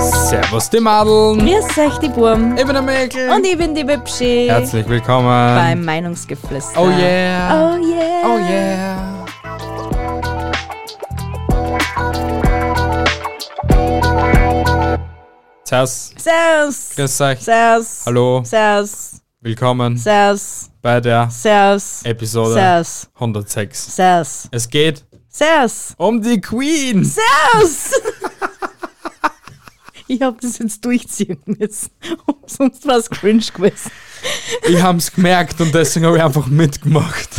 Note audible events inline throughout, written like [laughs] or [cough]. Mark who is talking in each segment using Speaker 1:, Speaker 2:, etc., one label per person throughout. Speaker 1: Servus die Madeln.
Speaker 2: Grüß euch, die Burm.
Speaker 1: Ich bin der Mäkel.
Speaker 2: Und ich bin die Bibschi.
Speaker 1: Äh. Herzlich willkommen.
Speaker 2: Beim Meinungsgeflüster.
Speaker 1: oh yeah.
Speaker 2: Oh yeah.
Speaker 1: Oh yeah. Servus.
Speaker 2: Servus.
Speaker 1: Grüß euch.
Speaker 2: Servus.
Speaker 1: Hallo.
Speaker 2: Servus.
Speaker 1: Willkommen
Speaker 2: Servus.
Speaker 1: bei der
Speaker 2: Servus.
Speaker 1: Episode
Speaker 2: Servus.
Speaker 1: 106.
Speaker 2: Servus.
Speaker 1: Es geht
Speaker 2: Servus.
Speaker 1: um die Queen. [laughs]
Speaker 2: Servus. Ich hab das jetzt durchziehen müssen. [laughs] Sonst war es cringe gewesen.
Speaker 1: Ich hab's gemerkt und deswegen habe ich einfach mitgemacht.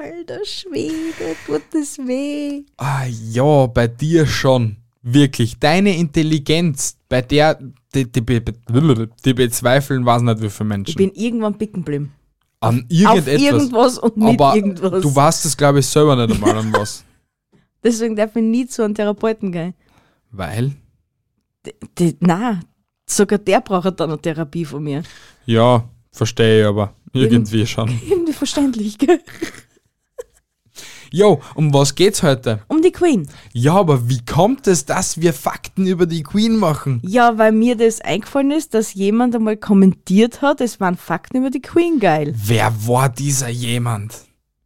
Speaker 2: Alter Schwede, tut das weh.
Speaker 1: Ah ja, bei dir schon. Wirklich. Deine Intelligenz, bei der die, die, be- be- die bezweifeln, was nicht wie viele
Speaker 2: Ich
Speaker 1: Menschen.
Speaker 2: bin irgendwann picken geblieben.
Speaker 1: An
Speaker 2: Auf
Speaker 1: irgendetwas.
Speaker 2: irgendwas und mit
Speaker 1: aber
Speaker 2: irgendwas.
Speaker 1: du warst es, glaube ich, selber nicht einmal an
Speaker 2: [laughs]
Speaker 1: was.
Speaker 2: Deswegen darf ich nie zu einem Therapeuten gehen.
Speaker 1: Weil?
Speaker 2: Die, nein, sogar der braucht dann eine Therapie von mir.
Speaker 1: Ja, verstehe ich aber. Irgendwie schon.
Speaker 2: Irgendwie verständlich, gell?
Speaker 1: Jo, um was geht's heute?
Speaker 2: Um die Queen.
Speaker 1: Ja, aber wie kommt es, dass wir Fakten über die Queen machen?
Speaker 2: Ja, weil mir das eingefallen ist, dass jemand einmal kommentiert hat, es waren Fakten über die Queen geil.
Speaker 1: Wer war dieser jemand?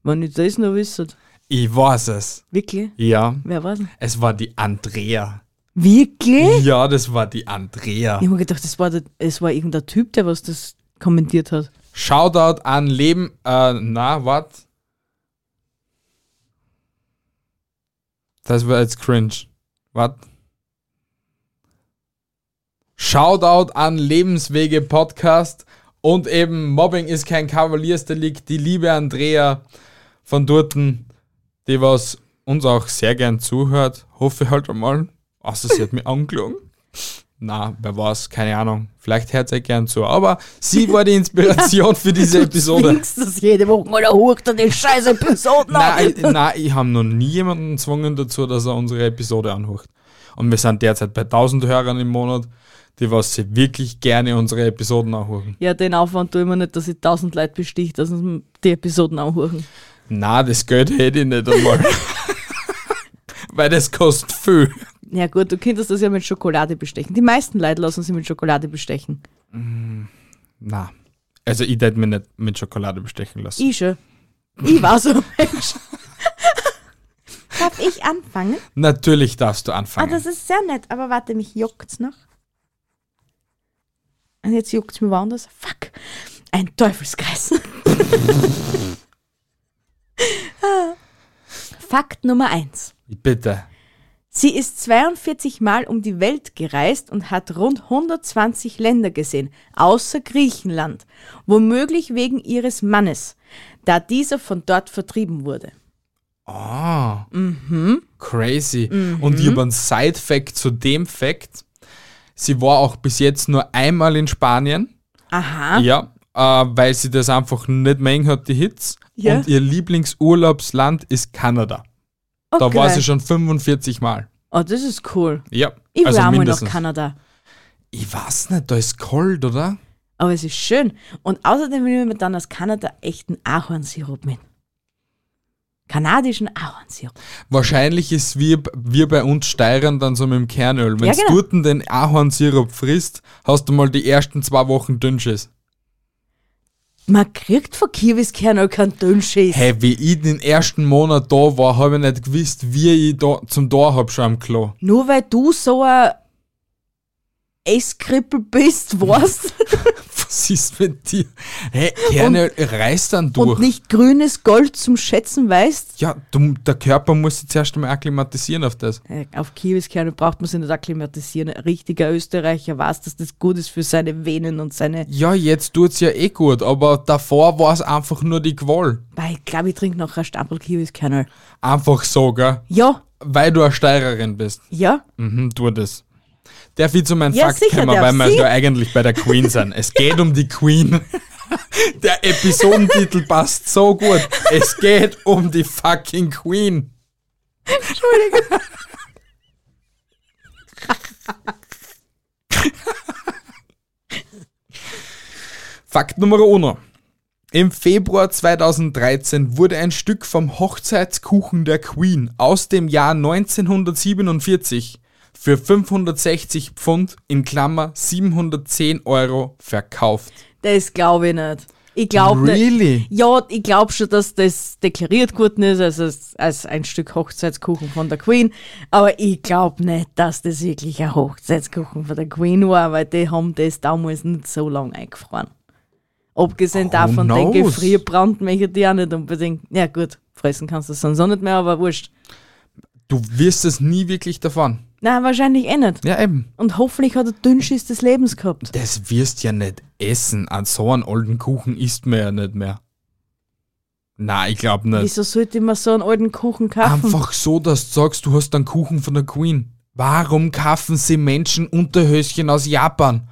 Speaker 2: Wenn ich das noch wisset.
Speaker 1: Ich weiß es.
Speaker 2: Wirklich?
Speaker 1: Ja,
Speaker 2: Wer war's?
Speaker 1: es war die Andrea.
Speaker 2: Wirklich?
Speaker 1: Ja, das war die Andrea.
Speaker 2: Ich habe gedacht, das war, der, es war irgendein Typ, der was das kommentiert hat.
Speaker 1: Shoutout an Leben. Äh, na, was? Das war jetzt cringe. Was? Shoutout an Lebenswege Podcast und eben Mobbing ist kein Kavaliersdelikt. Die liebe Andrea von Durten, die was uns auch sehr gern zuhört. Hoffe ich halt einmal. Außer sie hat mich angelogen. Na, wer weiß, keine Ahnung. Vielleicht hört sie gern zu. Aber sie war die Inspiration für diese Episode.
Speaker 2: Denkst [laughs] das jede Woche mal der Huch, dann die scheiß Episoden
Speaker 1: [laughs]
Speaker 2: an.
Speaker 1: Nein, ich- nein, ich habe noch nie jemanden gezwungen dazu, dass er unsere Episode anhört. Und wir sind derzeit bei 1000 Hörern im Monat, die was sie wirklich gerne unsere Episoden anhören.
Speaker 2: Ja, den Aufwand tue ich mir nicht, dass ich tausend Leute bestich, dass sie mir die Episoden anhören.
Speaker 1: Na, das Geld hätte ich nicht
Speaker 2: [laughs]
Speaker 1: einmal. Weil das kostet viel.
Speaker 2: Ja gut, du könntest das ja mit Schokolade bestechen. Die meisten Leute lassen sie mit Schokolade bestechen.
Speaker 1: Na, also ich hätte mich nicht mit Schokolade bestechen lassen.
Speaker 2: Ich schon. Ich war so [laughs] ein Mensch. Darf ich anfangen?
Speaker 1: Natürlich darfst du
Speaker 2: Ah,
Speaker 1: anfangen.
Speaker 2: das ist sehr nett, aber warte, mich juckt's noch. Und jetzt juckt's mir woanders. Fuck. Ein [laughs] Teufelskreis. Ah. Fakt Nummer eins.
Speaker 1: Bitte.
Speaker 2: Sie ist 42 Mal um die Welt gereist und hat rund 120 Länder gesehen, außer Griechenland, womöglich wegen ihres Mannes, da dieser von dort vertrieben wurde.
Speaker 1: Ah.
Speaker 2: Mhm.
Speaker 1: Crazy. Und ich habe einen Side-Fact zu dem Fact. Sie war auch bis jetzt nur einmal in Spanien.
Speaker 2: Aha.
Speaker 1: Ja, äh, weil sie das einfach nicht mehr hat, die Hits.
Speaker 2: Ja.
Speaker 1: Und ihr Lieblingsurlaubsland ist Kanada. Da war sie schon 45 Mal.
Speaker 2: Oh, das ist cool.
Speaker 1: Ja,
Speaker 2: Ich
Speaker 1: also
Speaker 2: will auch mal nach
Speaker 1: mindestens.
Speaker 2: Kanada.
Speaker 1: Ich weiß nicht, da ist kalt, oder?
Speaker 2: Aber es ist schön. Und außerdem nehmen wir dann aus Kanada echten Ahornsirup mit. Kanadischen Ahornsirup.
Speaker 1: Wahrscheinlich ist wie, wie bei uns Steirern dann so mit dem Kernöl. Wenn
Speaker 2: Ja,
Speaker 1: du
Speaker 2: genau.
Speaker 1: dort den Ahornsirup frisst, hast du mal die ersten zwei Wochen Dünnschiss.
Speaker 2: Man kriegt von Kirbiskernöl keinen Dünnschiss.
Speaker 1: Hey, wie ich den ersten Monat da war, habe ich nicht gewusst, wie ich da zum Tor hab schon am Klo. [laughs]
Speaker 2: Nur weil du so ein Esskrippel bist, warst
Speaker 1: Was ist mit dir? Hey, Kernöl reißt dann durch.
Speaker 2: und nicht grünes Gold zum Schätzen weißt.
Speaker 1: Ja, du, der Körper muss sich zuerst einmal akklimatisieren auf das.
Speaker 2: Äh, Auf Kirbiskernöl braucht man sich nicht akklimatisieren. Ein richtiger Österreicher weiß, dass das gut ist für seine Venen und seine.
Speaker 1: Ja, jetzt tut's ja eh gut, aber davor war es einfach nur die Qual.
Speaker 2: Weil ich glaube, ich trinke noch einen Stapel Kirbiskernöl.
Speaker 1: Einfach so, gell?
Speaker 2: Ja,
Speaker 1: Weil du eine Steirerin bist.
Speaker 2: ja.
Speaker 1: Mhm, tu das. Darf ich zu meinem
Speaker 2: Ja,
Speaker 1: Fakt
Speaker 2: sicher
Speaker 1: kommen, weil
Speaker 2: darf
Speaker 1: wir
Speaker 2: sie.
Speaker 1: ja eigentlich bei der Queen sind. Es geht um die Queen. [laughs] Der Episodentitel passt so gut. Es geht um die fucking Queen.
Speaker 2: Entschuldigung.
Speaker 1: Fakt Nummer uno. Im Februar 2013 wurde ein Stück vom Hochzeitskuchen der Queen aus dem Jahr 1947 für 560 Pfund in Klammer 710 Euro verkauft.
Speaker 2: Das glaube ich nicht. Ich glaube
Speaker 1: Really?
Speaker 2: nicht. Ja, ich glaube schon, dass das deklariert worden ist, also als, als ein Stück Hochzeitskuchen von der Queen. Aber ich glaube nicht, dass das wirklich ein Hochzeitskuchen von der Queen war, weil die haben das damals nicht so lange eingefroren. Abgesehen davon,
Speaker 1: knows?
Speaker 2: den Gefrierbrand möchte ich auch nicht unbedingt. Ja, gut, fressen kannst du es sonst auch nicht mehr, aber wurscht.
Speaker 1: Du wirst es nie wirklich davon.
Speaker 2: Nein, wahrscheinlich eh nicht.
Speaker 1: Ja, eben.
Speaker 2: Und hoffentlich hat er Dünnschiss des Lebens gehabt.
Speaker 1: Das wirst ja nicht essen. An so einen alten Kuchen isst man ja nicht mehr. Na, ich glaube nicht.
Speaker 2: Wieso sollte ich mir so einen alten Kuchen kaufen?
Speaker 1: Einfach so, dass du sagst, du hast einen Kuchen von der Queen. Warum kaufen sie Menschen Unterhöschen aus Japan?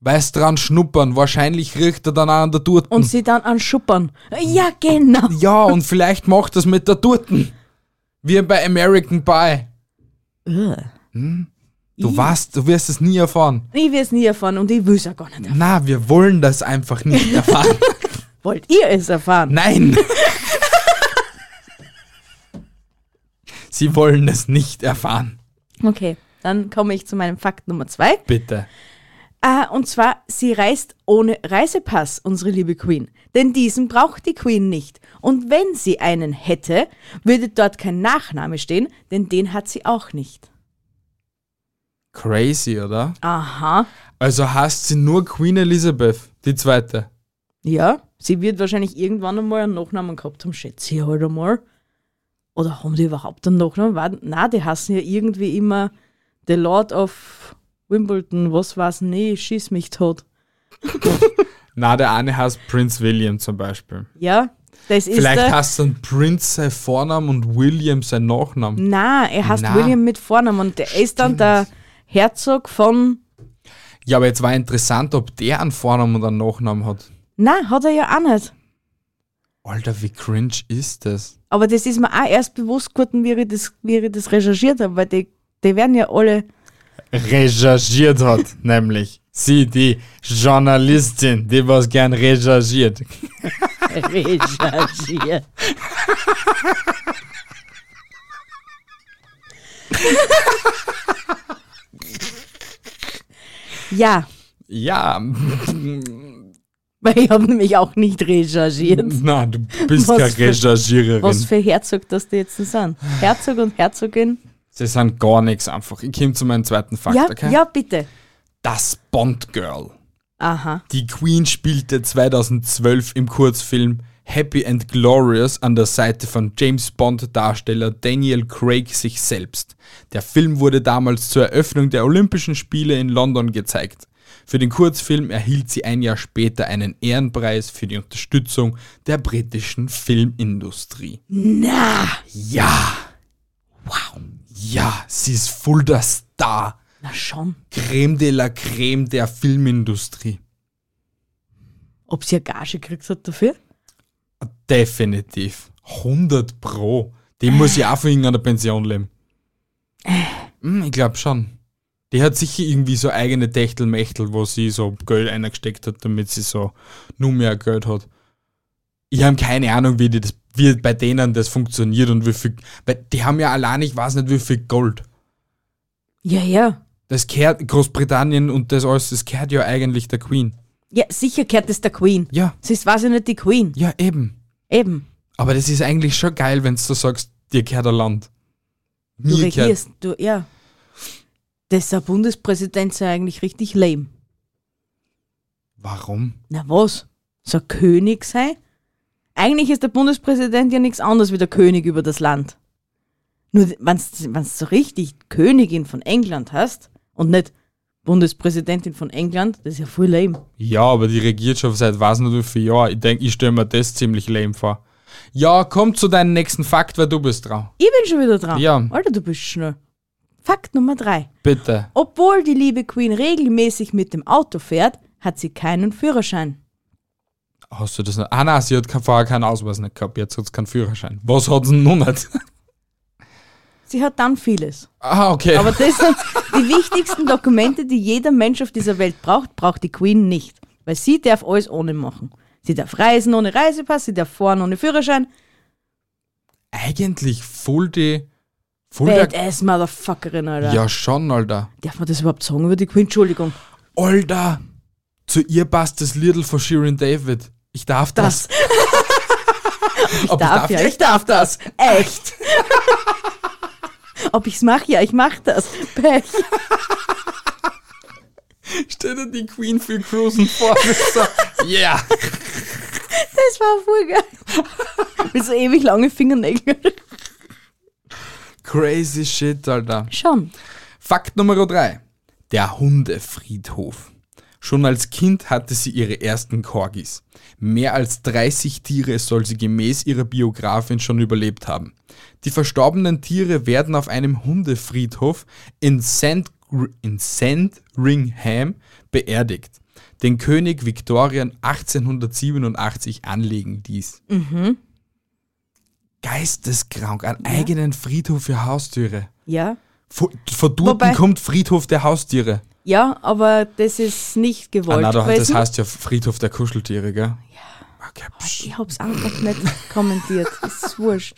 Speaker 1: Weil's dran schnuppern, wahrscheinlich riecht er dann auch an der Turten.
Speaker 2: Und sie dann anschuppern. Ja, genau.
Speaker 1: ja, und vielleicht macht das mit der Turten. Wie bei American Pie. Hm? Du weißt, du wirst es nie erfahren.
Speaker 2: Ich will es nie erfahren und ich will es auch gar nicht.
Speaker 1: Na, wir wollen das einfach nicht erfahren.
Speaker 2: Wollt ihr es erfahren?
Speaker 1: Nein! Sie wollen es nicht erfahren.
Speaker 2: Okay, dann komme ich zu meinem Fakt Nummer zwei.
Speaker 1: Bitte.
Speaker 2: Ah, und zwar, sie reist ohne Reisepass, unsere liebe Queen. Denn diesen braucht die Queen nicht. Und wenn sie einen hätte, würde dort kein Nachname stehen, denn den hat sie auch nicht.
Speaker 1: Crazy, oder?
Speaker 2: Aha.
Speaker 1: Also heißt sie nur Queen Elizabeth, die zweite.
Speaker 2: Ja, sie wird wahrscheinlich irgendwann einmal einen Nachnamen gehabt haben, schätze ich halt einmal. Oder haben die überhaupt einen Nachnamen? War- Nein, die heißen ja irgendwie immer The Lord of Wimbledon, was war's? Nee, schieß mich tot.
Speaker 1: Na, der eine heißt Prince William zum Beispiel.
Speaker 2: Ja, das ist
Speaker 1: Vielleicht
Speaker 2: der.
Speaker 1: heißt dann Prince sein Vornamen und William sein Nachnamen.
Speaker 2: Nein, er heißt
Speaker 1: Nein.
Speaker 2: William mit Vornamen und der ist dann der Herzog von.
Speaker 1: Ja, aber jetzt war interessant, ob der einen Vornamen und einen Nachnamen hat.
Speaker 2: Nein, hat er ja auch nicht.
Speaker 1: Alter, wie cringe ist das?
Speaker 2: Aber das ist mir auch erst bewusst geworden, wie ich das, wie ich das recherchiert habe, weil die, die werden ja alle.
Speaker 1: Recherchiert hat, [laughs] nämlich. Sie, die Journalistin, die was gern recherchiert.
Speaker 2: recherchiert. ja, [laughs]
Speaker 1: Ja,
Speaker 2: weil ich habe nämlich auch nicht recherchiert.
Speaker 1: [laughs] na, du bist
Speaker 2: Was
Speaker 1: keine
Speaker 2: für-
Speaker 1: Recherchiererin.
Speaker 2: Was für Herzog das die jetzt sind. Herzog und Herzogin.
Speaker 1: Sie sind gar nichts einfach. Ich komme zu meinem zweiten Fakt,
Speaker 2: Ja,
Speaker 1: okay?
Speaker 2: ja, bitte.
Speaker 1: Das Bond Girl.
Speaker 2: Aha.
Speaker 1: Die Queen spielte 2012 im Kurzfilm Happy and Glorious an der Seite von James Bond-Darsteller Daniel Craig sich selbst. Der Film wurde damals zur Eröffnung der Olympischen Spiele in London gezeigt. Für den Kurzfilm erhielt sie ein Jahr später einen Ehrenpreis für die Unterstützung der britischen Filmindustrie.
Speaker 2: Na,
Speaker 1: Ja! Wow! Ja, sie ist voll der Star.
Speaker 2: na schon.
Speaker 1: Creme de la Creme der Filmindustrie.
Speaker 2: Ob sie eine Gage gekriegt hat dafür?
Speaker 1: Definitiv. 100 Pro. Die muss ja auch von irgendeiner Pension leben. Hm, ich glaube schon. Die hat sicher irgendwie so eigene Techtelmechtel, wo sie so Geld eingesteckt hat, damit sie so nur mehr Geld hat. Ich habe keine Ahnung, wie, die das, wie bei denen das funktioniert und wie viel. Weil die haben ja allein, ich weiß nicht, wie viel Gold.
Speaker 2: Ja, ja.
Speaker 1: Das kehrt Großbritannien und das alles, das kehrt ja eigentlich der Queen.
Speaker 2: Ja, sicher gehört das der Queen.
Speaker 1: Ja,
Speaker 2: Sie ist quasi nicht die Queen.
Speaker 1: ja, eben.
Speaker 2: Eben.
Speaker 1: Aber das ist eigentlich schon geil, wenn du sagst, dir gehört ein Land.
Speaker 2: Du
Speaker 1: Mir gehört
Speaker 2: regierst, du, ja. Das ist ein Bundespräsident ist ja eigentlich richtig lame.
Speaker 1: Warum?
Speaker 2: Na was? So ein König sein? Eigentlich ist der Bundespräsident ja nichts anderes wie der König über das Land. Nur wenn du so richtig Königin von England hast und nicht Bundespräsidentin von England, das ist ja voll lame.
Speaker 1: Ja, aber die regiert schon seit weiß nicht wie viel Jahren. Ich denke, ich stelle mir das ziemlich lame vor. Ja, komm zu deinem nächsten Fakt, weil du bist dran.
Speaker 2: Ich bin schon wieder dran.
Speaker 1: Ja.
Speaker 2: Alter, du bist schnell. Fakt Nummer drei.
Speaker 1: Bitte.
Speaker 2: Obwohl die liebe Queen regelmäßig mit dem Auto fährt, hat sie keinen Führerschein.
Speaker 1: Hast du das noch? Ah nein, sie hat kein- vorher keinen Ausweis nicht gehabt. Jetzt hat sie keinen Führerschein. Was hat sie nun nicht? [laughs]
Speaker 2: Sie hat dann vieles.
Speaker 1: Ah, okay.
Speaker 2: Aber das sind die wichtigsten Dokumente, die jeder Mensch auf dieser Welt braucht, braucht die Queen nicht. Weil sie darf alles ohne machen. Sie darf reisen ohne Reisepass, sie darf fahren ohne Führerschein.
Speaker 1: Eigentlich voll die. Voll der,
Speaker 2: Badass Motherfuckerin, Alter.
Speaker 1: ja, schon, Alter.
Speaker 2: Darf man das überhaupt sagen über die Queen? Entschuldigung.
Speaker 1: Alter! Zu ihr passt das Little von Shirin David. Ich darf das. [laughs] ich
Speaker 2: darf ja, ich
Speaker 1: darf das.
Speaker 2: Echt? Ob ich's mache? Ja, ich mach das. Pech.
Speaker 1: Stell dir die Queen für Cruisen vor. Ja. [laughs] yeah.
Speaker 2: Das war voll geil. Mit so ewig langen Fingernägeln.
Speaker 1: Crazy shit, Alter.
Speaker 2: Schon.
Speaker 1: Fakt Nummer drei: Der Hundefriedhof. Schon als Kind hatte sie ihre ersten Corgis. Mehr als 30 Tiere soll sie gemäß ihrer Biografin schon überlebt haben. Die verstorbenen Tiere werden auf einem Hundefriedhof in, Sand, in Sandringham beerdigt, den König Viktorien 1887 anlegen ließ. Geisteskrank, einen eigenen Friedhof für Haustiere.
Speaker 2: Ja.
Speaker 1: Vor, vor
Speaker 2: Wobei-
Speaker 1: Durten kommt Friedhof der Haustiere.
Speaker 2: Ja, aber das ist nicht
Speaker 1: Ah,
Speaker 2: gewollt.
Speaker 1: na, doch, das
Speaker 2: gewesen.
Speaker 1: heißt ja Friedhof der Kuscheltiere, gell? Ja. Okay,
Speaker 2: Ah,
Speaker 1: psch.
Speaker 2: ich hab's einfach nicht kommentiert. [laughs] Das ist wurscht.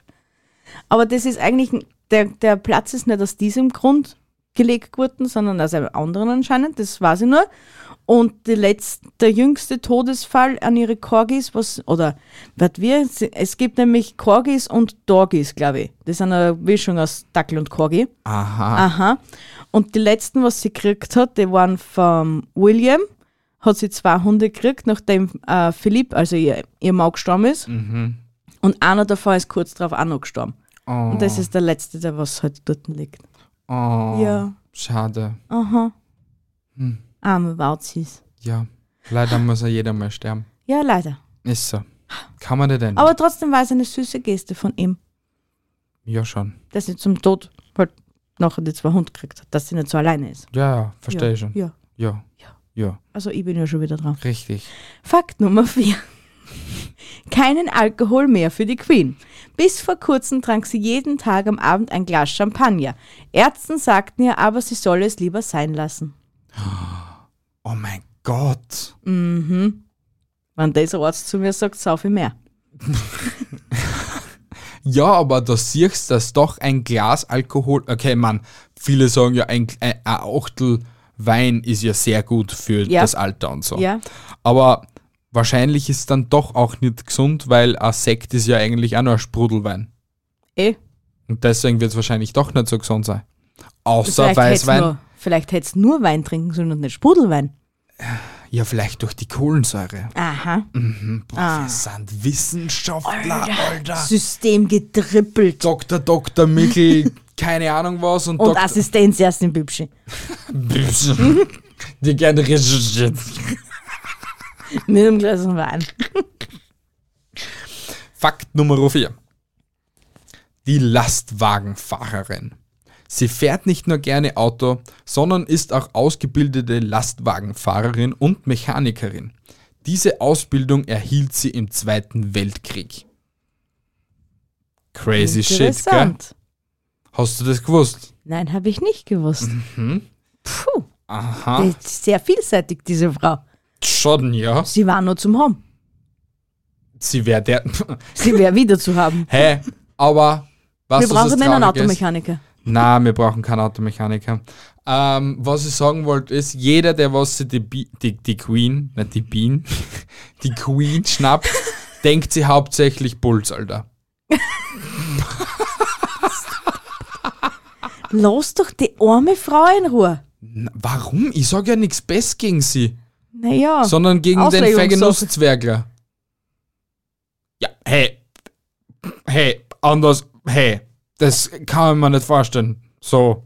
Speaker 2: Aber das ist eigentlich, der, der Platz ist nicht aus diesem Grund gelegt worden, sondern aus einem anderen anscheinend, das weiß ich nur. Und die letzte, der jüngste Todesfall an ihre Corgis, was, oder, was wir, es gibt nämlich Corgis und Dorgis, glaube ich. Das ist eine Mischung aus Dackel und Corgi.
Speaker 1: Aha.
Speaker 2: Aha. Und die letzten, was sie gekriegt hat, die waren vom William. Hat sie zwei Hunde gekriegt, nachdem äh, Philipp, also ihr, ihr Mann, gestorben ist.
Speaker 1: Mhm.
Speaker 2: Und einer davon ist kurz darauf auch noch gestorben.
Speaker 1: Oh,
Speaker 2: Und das ist der letzte, der was halt dort liegt.
Speaker 1: oh. Hm.
Speaker 2: Ja.
Speaker 1: Schade.
Speaker 2: Aha. Arme Wauzis.
Speaker 1: Ja. Leider muss ja jeder mal sterben.
Speaker 2: Ja, leider.
Speaker 1: Ist so. Kann man nicht ändern.
Speaker 2: Aber trotzdem war es eine süße Geste von ihm,
Speaker 1: ja, schon.
Speaker 2: dass sie zum Tod halt nachher die zwei Hunde gekriegt hat, dass sie nicht so alleine ist.
Speaker 1: Ja, ja, verstehe
Speaker 2: ja.
Speaker 1: ich schon.
Speaker 2: Ja.
Speaker 1: Ja.
Speaker 2: Ja.
Speaker 1: Ja.
Speaker 2: Also ich bin ja schon wieder dran.
Speaker 1: Richtig.
Speaker 2: Fakt Nummer 4. Keinen Alkohol mehr für die Queen. Bis vor kurzem trank sie jeden Tag am Abend ein Glas Champagner. Ärzten sagten ihr aber, sie solle es lieber sein lassen.
Speaker 1: Oh mein Gott.
Speaker 2: Wenn dieser Arzt zu mir sagt, sauf ich mehr.
Speaker 1: Ja, aber da siehst du, dass doch ein Glas Alkohol. Okay, Mann, viele sagen ja, ein, ein ein Achtel Wein ist ja sehr gut für
Speaker 2: Ja.
Speaker 1: das Alter und so.
Speaker 2: Ja,
Speaker 1: Aber wahrscheinlich ist dann doch auch nicht gesund, weil ein Sekt ist ja eigentlich auch nur ein Sprudelwein.
Speaker 2: eh.
Speaker 1: Und deswegen wird es wahrscheinlich doch nicht so gesund sein. Außer
Speaker 2: Vielleicht hätt's
Speaker 1: Weißwein.
Speaker 2: nur- Vielleicht hättest du nur Wein trinken sollen und nicht Sprudelwein.
Speaker 1: Ja, vielleicht durch die Kohlensäure.
Speaker 2: Aha.
Speaker 1: Boah,
Speaker 2: Ah.
Speaker 1: Wir sind Wissenschaftler, Alter.
Speaker 2: System getrippelt.
Speaker 1: Dr. Dr. Mickel, [laughs] keine Ahnung was. Und,
Speaker 2: Und
Speaker 1: Dr.
Speaker 2: Assistenz erst im Bübschi.
Speaker 1: [laughs] Die gerne recherchiert.
Speaker 2: Mit einem Glas Wein.
Speaker 1: Fakt Nummer 4. Die Lastwagenfahrerin. Sie fährt nicht nur gerne Auto, sondern ist auch ausgebildete Lastwagenfahrerin und Mechanikerin. Diese Ausbildung erhielt sie im Zweiten Weltkrieg. Crazy shit, gell?
Speaker 2: Interessant.
Speaker 1: Hast du das gewusst?
Speaker 2: Nein, habe ich nicht gewusst.
Speaker 1: Mhm.
Speaker 2: Puh.
Speaker 1: Aha.
Speaker 2: Die ist sehr vielseitig, diese Frau.
Speaker 1: Schon, ja.
Speaker 2: Sie war nur zum Haben.
Speaker 1: Sie wäre der. [laughs]
Speaker 2: Sie wäre wieder zu haben.
Speaker 1: Hä? Aber was
Speaker 2: Wir
Speaker 1: ist das
Speaker 2: brauchen einen
Speaker 1: Traurige ist?
Speaker 2: Automechaniker.
Speaker 1: Na, wir brauchen keinen Automechaniker. Ähm, was ich sagen wollte, ist, jeder, der was sich die, Bi die, die Queen, nicht die Bienen, [laughs] die Queen
Speaker 2: [laughs]
Speaker 1: schnappt, denkt sie hauptsächlich Puls, Alter.
Speaker 2: Lass doch die arme Frau in Ruhe.
Speaker 1: Na, warum? Ich sag ja nichts Besseres gegen sie,
Speaker 2: Naja,
Speaker 1: sondern gegen den
Speaker 2: Ah, Auslegungssache.
Speaker 1: Vergenusszwergler. Ja, hey. Hey, anders, hey. Das kann ich mir nicht vorstellen. So,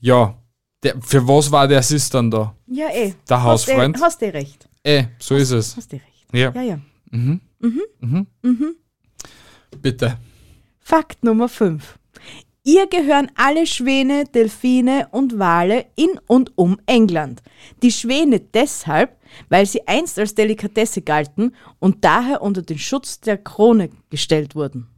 Speaker 1: ja. Der, für was war der Sis dann da?
Speaker 2: ja eh.
Speaker 1: Der
Speaker 2: Hast eh-
Speaker 1: Hausfreund?
Speaker 2: Hast du recht.
Speaker 1: Ey, so ist es.
Speaker 2: Hast du eh recht.
Speaker 1: Ja.
Speaker 2: Ja, ja.
Speaker 1: Bitte.
Speaker 2: Fakt Nummer 5. Ihr gehören alle Schwäne, Delfine und Wale in und um England. Die Schwäne deshalb, weil sie einst als Delikatesse galten und daher unter den Schutz der Krone gestellt wurden.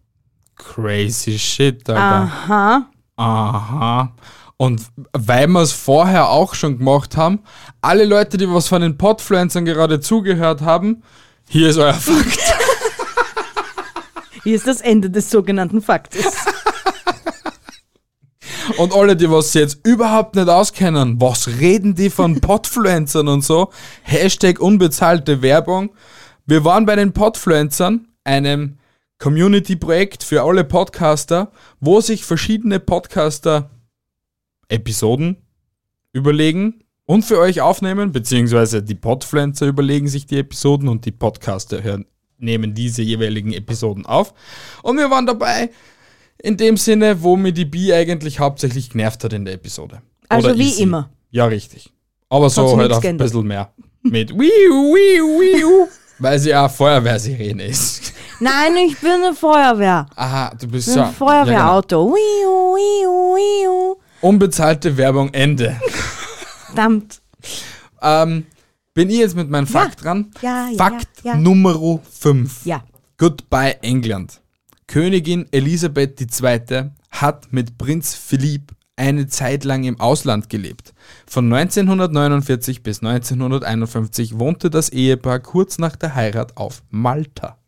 Speaker 1: Crazy shit, Alter.
Speaker 2: Aha.
Speaker 1: Aha. Und weil wir es vorher auch schon gemacht haben, alle Leute, die was von den Podfluencern gerade zugehört haben, hier ist euer [laughs] Fakt.
Speaker 2: Hier ist das Ende des sogenannten Faktes.
Speaker 1: [laughs] Und alle, die was jetzt überhaupt nicht auskennen, was reden die von [laughs] Podfluencern und so? Hashtag unbezahlte Werbung. Wir waren bei den Podfluencern, einem Community-Projekt für alle Podcaster, wo sich verschiedene Podcaster Episoden überlegen und für euch aufnehmen, beziehungsweise die Podfluencer überlegen sich die Episoden und die Podcaster hören, nehmen diese jeweiligen Episoden auf. Und wir waren dabei, in dem Sinne, wo mir die Bi eigentlich hauptsächlich genervt hat in der Episode.
Speaker 2: Also
Speaker 1: Oder
Speaker 2: wie
Speaker 1: ist sie?
Speaker 2: immer.
Speaker 1: Ja, richtig. Aber so
Speaker 2: Trotzdem
Speaker 1: halt
Speaker 2: nichts
Speaker 1: auch ein
Speaker 2: geändert.
Speaker 1: bisschen mehr. Mit [laughs] wiu, wiu, wiu, weil sie ja Feuerwehrsirene ist. [laughs]
Speaker 2: Nein, ich bin eine Feuerwehr.
Speaker 1: Aha, du bist
Speaker 2: Ich bin
Speaker 1: ja.
Speaker 2: ein Feuerwehrauto. Wiu, wiu, wiu.
Speaker 1: genau. Unbezahlte Werbung,
Speaker 2: [laughs]
Speaker 1: Ende.
Speaker 2: Verdammt.
Speaker 1: ähm, bin ich jetzt mit meinem Fakt dran?
Speaker 2: Ja, ja,
Speaker 1: Fakt
Speaker 2: ja.
Speaker 1: Nummer 5.
Speaker 2: Ja.
Speaker 1: Goodbye England. Königin Elisabeth II. hat mit Prinz Philipp eine Zeit lang im Ausland gelebt. Von 1949 bis 1951 wohnte das Ehepaar kurz nach der Heirat auf Malta.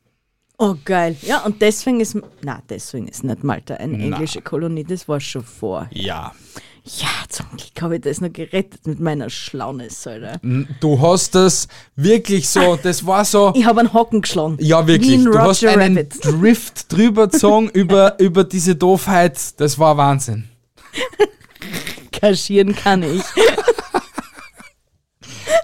Speaker 2: Oh, geil. Ja, und deswegen ist. Na, deswegen ist nicht Malta eine
Speaker 1: Na.
Speaker 2: englische Kolonie. Das war schon vor.
Speaker 1: Ja.
Speaker 2: Ja, zum Glück habe ich das noch gerettet mit meiner Schlaunis, Alter.
Speaker 1: Du hast das wirklich so, das war so.
Speaker 2: Ich habe einen Hocken geschlagen.
Speaker 1: Ja,
Speaker 2: Wie
Speaker 1: wirklich.
Speaker 2: ein
Speaker 1: Du
Speaker 2: Roger
Speaker 1: hast einen
Speaker 2: Rabbit.
Speaker 1: Drift drüber
Speaker 2: [laughs]
Speaker 1: gezogen über, über diese Doofheit. Das war Wahnsinn.
Speaker 2: Kaschieren kann ich. [laughs]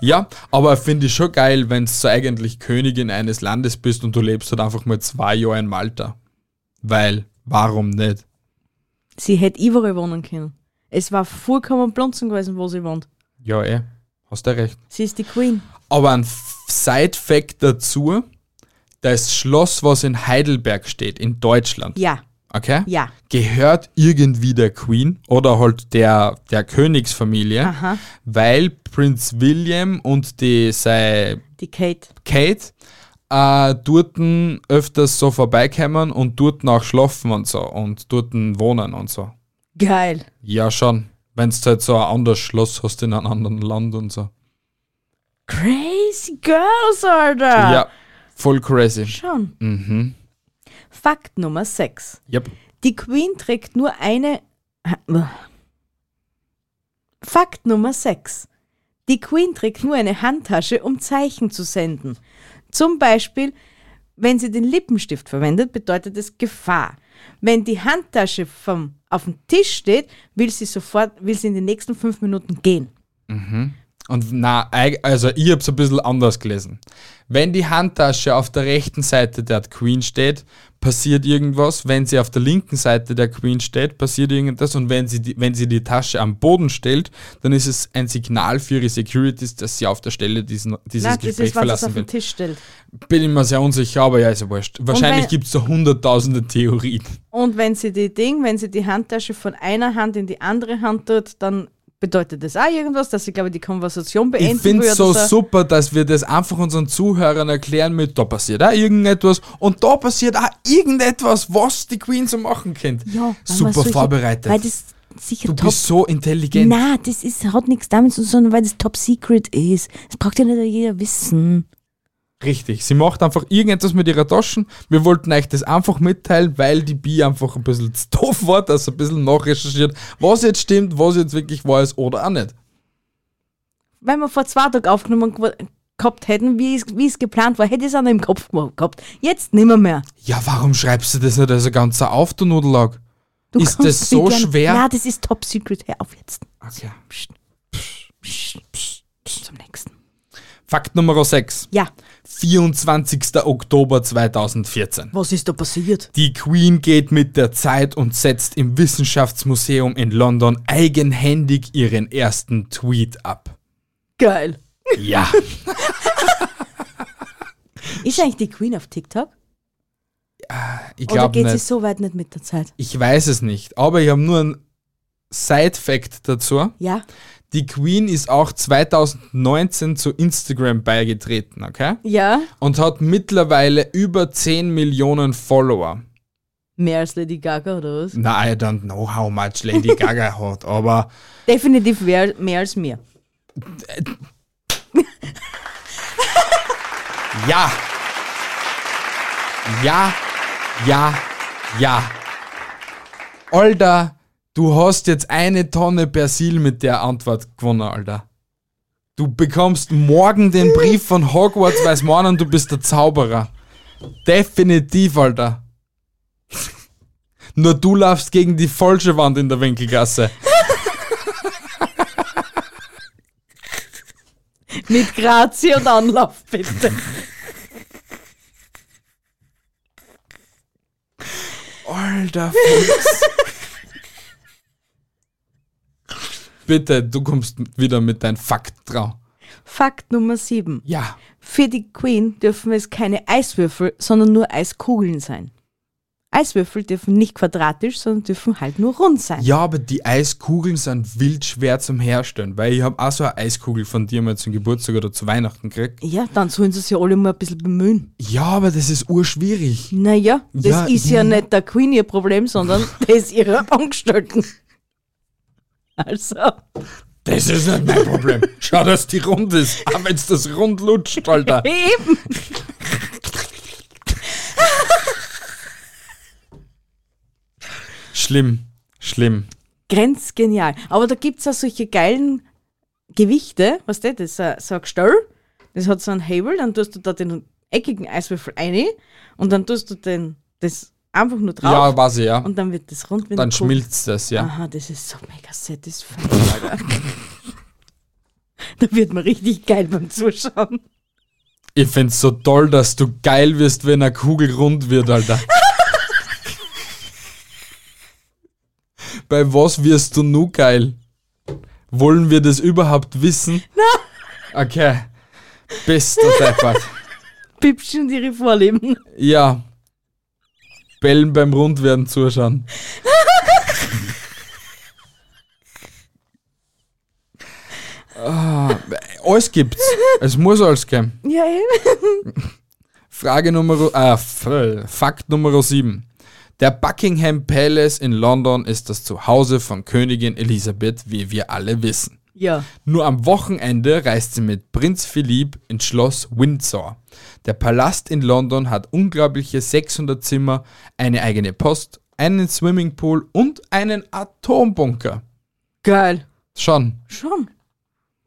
Speaker 1: Ja, aber finde ich schon geil, wenn du eigentlich Königin eines Landes bist und du lebst halt einfach mal zwei Jahre in Malta. Weil, warum nicht?
Speaker 2: Sie hätte überall wohnen können. Es war vollkommen blunzen gewesen, wo sie wohnt.
Speaker 1: Ja, eh. Hast du recht.
Speaker 2: Sie ist die Queen.
Speaker 1: Aber ein F- Side-Fact dazu: Das Schloss, was in Heidelberg steht, in Deutschland,
Speaker 2: Ja,
Speaker 1: okay?
Speaker 2: ja.
Speaker 1: Gehört irgendwie der Queen oder halt der, der Königsfamilie,
Speaker 2: Aha.
Speaker 1: weil Prinz William und die, seine
Speaker 2: Die Kate.
Speaker 1: Kate äh, dorten öfters so vorbeikommen und dorten auch schlafen und so und dorten wohnen und so.
Speaker 2: Geil.
Speaker 1: Ja, schon. Wenn du halt so ein anderes Schloss hast in einem anderen Land und so.
Speaker 2: Crazy Girls, Alter.
Speaker 1: Ja, voll crazy.
Speaker 2: Schon.
Speaker 1: Mhm.
Speaker 2: Fakt Nummer 6.
Speaker 1: Yep.
Speaker 2: Die Queen trägt nur eine. Fakt Nummer 6. Die Queen trägt nur eine Handtasche, um Zeichen zu senden. Zum Beispiel, wenn sie den Lippenstift verwendet, bedeutet es Gefahr. Wenn die Handtasche vom, auf dem Tisch steht, will sie sofort, will sie in den nächsten fünf Minuten gehen.
Speaker 1: Und na, eig- also ich hab's ein bisschen anders gelesen. Wenn die Handtasche auf der rechten Seite der Queen steht, passiert irgendwas. Wenn sie auf der linken Seite der Queen steht, passiert irgendwas. Und wenn sie die, wenn sie die Tasche am Boden stellt, dann ist es ein Signal für ihre Securities, dass sie auf der Stelle diesen, dieses
Speaker 2: Nein, das
Speaker 1: Gespräch
Speaker 2: ist, was es auf
Speaker 1: verlassen
Speaker 2: den
Speaker 1: will.
Speaker 2: Tisch stellt.
Speaker 1: Bin ich mir sehr unsicher, aber ja, ist ja wurscht. Wahrscheinlich
Speaker 2: wenn-
Speaker 1: gibt's da hunderttausende Theorien.
Speaker 2: Und wenn sie die Ding, wenn sie die Handtasche von einer Hand in die andere Hand tut, dann bedeutet das auch irgendwas, dass sie, glaube ich, die Konversation beenden
Speaker 1: Ich finde
Speaker 2: will
Speaker 1: es so
Speaker 2: oder
Speaker 1: super, dass wir das einfach unseren Zuhörern erklären mit, da passiert auch irgendetwas und da passiert auch irgendetwas, was die Queen so machen könnte.
Speaker 2: Ja, weil
Speaker 1: super
Speaker 2: man solche-
Speaker 1: vorbereitet.
Speaker 2: Weil das sicher
Speaker 1: du
Speaker 2: top.
Speaker 1: bist so intelligent.
Speaker 2: Nein, das ist, hat nichts damit zu tun, sondern weil das Top Secret ist. Das braucht ja nicht jeder wissen.
Speaker 1: Richtig. Sie macht einfach irgendetwas mit ihrer Taschen. Wir wollten euch das einfach mitteilen, weil die Bi einfach ein bisschen zu doof war, dass sie ein bisschen nachrecherchiert, was jetzt stimmt, was jetzt wirklich wahr ist oder auch nicht.
Speaker 2: Wenn wir vor zwei Tagen aufgenommen gewa- gehabt hätten, wie es, wie es geplant war, hätte ich es auch noch im Kopf gemacht gehabt. Jetzt nimmer mehr.
Speaker 1: Ja, warum schreibst du das nicht als ein ganzer auf, du Nudelag?
Speaker 2: Du
Speaker 1: Ist
Speaker 2: kannst
Speaker 1: das so
Speaker 2: mich gerne-
Speaker 1: schwer?
Speaker 2: Nein, das ist Top Secret. Hör auf jetzt.
Speaker 1: Okay.
Speaker 2: Psst, psst, psst, psst, psst, zum nächsten.
Speaker 1: Fakt Nummer 6.
Speaker 2: Ja,
Speaker 1: 24. Oktober 2014.
Speaker 2: was ist da passiert?
Speaker 1: Die Queen geht mit der Zeit und setzt im Wissenschaftsmuseum in London eigenhändig ihren ersten Tweet ab.
Speaker 2: Geil.
Speaker 1: Ja.
Speaker 2: Ist eigentlich die Queen auf TikTok?
Speaker 1: Ich
Speaker 2: Oder
Speaker 1: glaube
Speaker 2: geht sie
Speaker 1: nicht.
Speaker 2: so weit nicht mit der Zeit?
Speaker 1: Ich weiß es nicht, aber ich habe nur einen Side-Fact dazu.
Speaker 2: Ja?
Speaker 1: Die Queen ist auch 2019 zu Instagram beigetreten, okay?
Speaker 2: Ja?
Speaker 1: Und hat mittlerweile über 10 Millionen Follower.
Speaker 2: Mehr als Lady Gaga oder was?
Speaker 1: Na, I don't know how much
Speaker 2: [laughs]
Speaker 1: Lady Gaga hat, aber
Speaker 2: Definitiv mehr, mehr als mir.
Speaker 1: ja. Ja, ja, ja. Alter, du hast jetzt eine Tonne Persil mit der Antwort gewonnen, Alter. Du bekommst morgen den Brief von Hogwarts, weiß morgen, du bist der Zauberer. Definitiv, Alter. Nur du laufst gegen die falsche Wand in der Winkelgasse.
Speaker 2: Mit Grazie und Anlauf, bitte.
Speaker 1: Alter Fuchs. [laughs] Bitte, du kommst wieder mit deinem Fakt drauf.
Speaker 2: [laughs] Fakt Nummer 7.
Speaker 1: Ja.
Speaker 2: Für die Queen dürfen es keine Eiswürfel, sondern nur Eiskugeln sein. Eiswürfel dürfen nicht quadratisch, sondern dürfen halt nur rund sein.
Speaker 1: Ja, aber die Eiskugeln sind wild schwer zum Herstellen, weil ich habe auch so eine Eiskugel von dir mal zum Geburtstag oder zu Weihnachten gekriegt.
Speaker 2: Ja, dann sollen sie sich ja alle mal ein bisschen bemühen.
Speaker 1: Ja, aber das ist urschwierig.
Speaker 2: Naja, das
Speaker 1: Ja,
Speaker 2: ist ja
Speaker 1: ja.
Speaker 2: nicht der Queen ihr
Speaker 1: [laughs]
Speaker 2: Problem, sondern das ihrer Angestellten. Also,
Speaker 1: Das ist nicht mein Problem. Schau, dass die rund ist. Auch wenn das rund lutscht, [laughs] Alter.
Speaker 2: eben.
Speaker 1: Schlimm. Schlimm.
Speaker 2: Grenzgenial. Aber da gibt es auch solche geilen Gewichte, weißt du, das ist ein- so ein Gestell, das hat so einen Hebel, dann tust du da den eckigen Eiswürfel rein und dann tust du den, das einfach nur drauf
Speaker 1: Ja, weiß ich, ja.
Speaker 2: und dann wird das rund. Wenn
Speaker 1: Dann
Speaker 2: du guckst.
Speaker 1: schmilzt das, ja.
Speaker 2: Aha, das ist so mega satisfying, [laughs] Alter. da wird man richtig geil beim Zuschauen.
Speaker 1: Ich find's so toll, dass du geil wirst, wenn eine Kugel rund wird, Alter. Bei was wirst du nu geil? Wollen wir das überhaupt wissen? Nein. Okay. Bist du deppert.
Speaker 2: Pipschen und ihre Vorlieben.
Speaker 1: Ja. Bellen beim Rundwerden zuschauen. ah, alles gibt's. Es muss alles geben.
Speaker 2: Ja, eben.
Speaker 1: Frage Nummer, äh, F- Fakt Nummer 7. Der Buckingham Palace in London ist das Zuhause von Königin Elisabeth, wie wir alle wissen.
Speaker 2: Ja.
Speaker 1: Nur am Wochenende reist sie mit Prinz Philipp ins Schloss Windsor. Der Palast in London hat unglaubliche 600 Zimmer, eine eigene Post, einen Swimmingpool und einen Atombunker.
Speaker 2: Geil.
Speaker 1: Schon,
Speaker 2: Schon.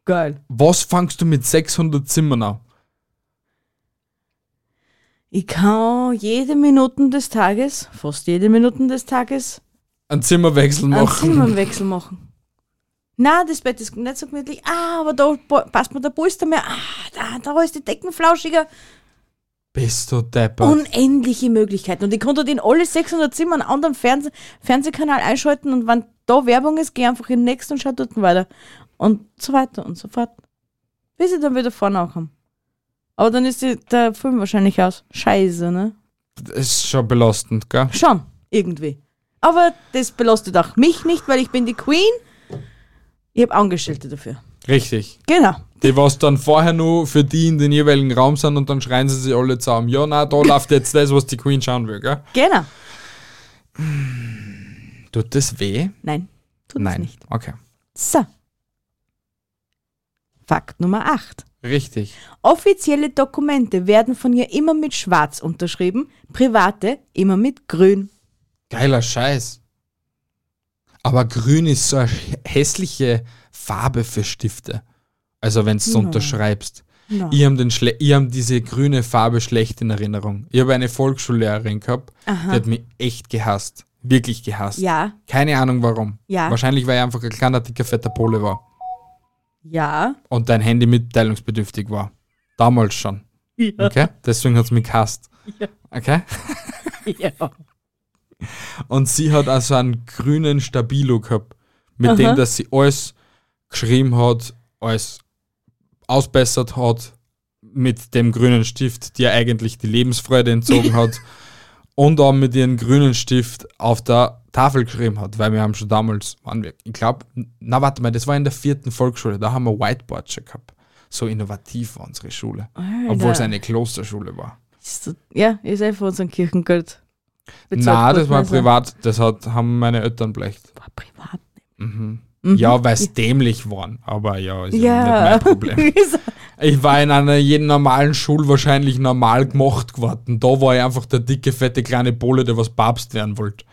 Speaker 2: Geil.
Speaker 1: was fangst du mit 600 Zimmern an?
Speaker 2: Ich kann jede Minute des Tages, fast jede Minute des Tages,
Speaker 1: Ein Zimmerwechsel
Speaker 2: einen
Speaker 1: machen.
Speaker 2: Zimmerwechsel machen. Na, das Bett ist nicht so gemütlich. Ah, aber da pa- passt mir der Polster mehr. Ah, da, da ist die Decken flauschiger.
Speaker 1: Bist du deppert?
Speaker 2: Unendliche Möglichkeiten. Und ich konnte in alle 600 Zimmer einen anderen Fernseh Fernsehkanal einschalten und wenn da Werbung ist, gehe einfach in den nächsten und schau dort weiter. Und so weiter und so fort. Bis ich dann wieder vorne auch komme. Aber dann ist die, der Film wahrscheinlich aus. Scheiße, ne?
Speaker 1: Das ist schon belastend, gell?
Speaker 2: Schon, irgendwie. Aber das belastet auch mich nicht, weil ich bin die Queen. Ich habe Angestellte dafür.
Speaker 1: Richtig.
Speaker 2: Genau.
Speaker 1: Die, was dann vorher nur für die in den jeweiligen Raum sind und dann schreien sie sich alle zusammen. Ja, na, da läuft jetzt das, was die Queen schauen will, gell?
Speaker 2: Genau.
Speaker 1: Tut das weh?
Speaker 2: Nein, tut es nicht.
Speaker 1: Okay.
Speaker 2: So. Fakt Nummer 8.
Speaker 1: Richtig.
Speaker 2: Offizielle Dokumente werden von ihr immer mit Schwarz unterschrieben, private immer mit Grün.
Speaker 1: Geiler Scheiß. Aber grün ist so eine hässliche Farbe für Stifte. Also wenn du
Speaker 2: Ja.
Speaker 1: unterschreibst.
Speaker 2: Na.
Speaker 1: Ich habe hab diese grüne Farbe schlecht in Erinnerung. Ich habe eine Volksschullehrerin gehabt,
Speaker 2: Aha.
Speaker 1: die hat mich echt gehasst. Wirklich gehasst.
Speaker 2: Ja,
Speaker 1: Keine Ahnung warum.
Speaker 2: Ja.
Speaker 1: Wahrscheinlich, weil ich einfach ein kleiner, dicker, fetter Pole war.
Speaker 2: ja.
Speaker 1: Und dein Handy mitteilungsbedürftig war. Damals schon.
Speaker 2: Ja.
Speaker 1: Okay? Deswegen hat es mich gehasst.
Speaker 2: [laughs] Ja.
Speaker 1: Okay?
Speaker 2: [laughs] ja.
Speaker 1: Und sie hat also einen grünen Stabilo gehabt, mit
Speaker 2: Aha.
Speaker 1: dem, dass sie alles geschrieben hat, alles ausbessert hat, mit dem grünen Stift, der eigentlich die Lebensfreude
Speaker 2: [laughs]
Speaker 1: entzogen hat und auch mit ihrem grünen Stift auf der Tafel geschrieben hat, weil wir haben schon damals, waren wir, ich glaube, na warte mal, das war in der vierten Volksschule, da haben wir Whiteboard schon gehabt. So innovativ war unsere Schule, obwohl es
Speaker 2: Alter.
Speaker 1: eine Klosterschule war.
Speaker 2: Ist so- Ja, ist einfach unser Kirchengeld. bezahlt
Speaker 1: Nein, das
Speaker 2: wurden,
Speaker 1: war
Speaker 2: also-
Speaker 1: privat, das hat, haben meine Eltern blecht.
Speaker 2: War privat.
Speaker 1: Ja, weil sie dämlich waren, aber ja, ist ja
Speaker 2: Ja.
Speaker 1: nicht mein
Speaker 2: [laughs]
Speaker 1: Problem. Ich war in einer jeden normalen Schule wahrscheinlich normal gemacht geworden. Da war ich einfach der dicke, fette kleine Pole, der was Papst werden wollte.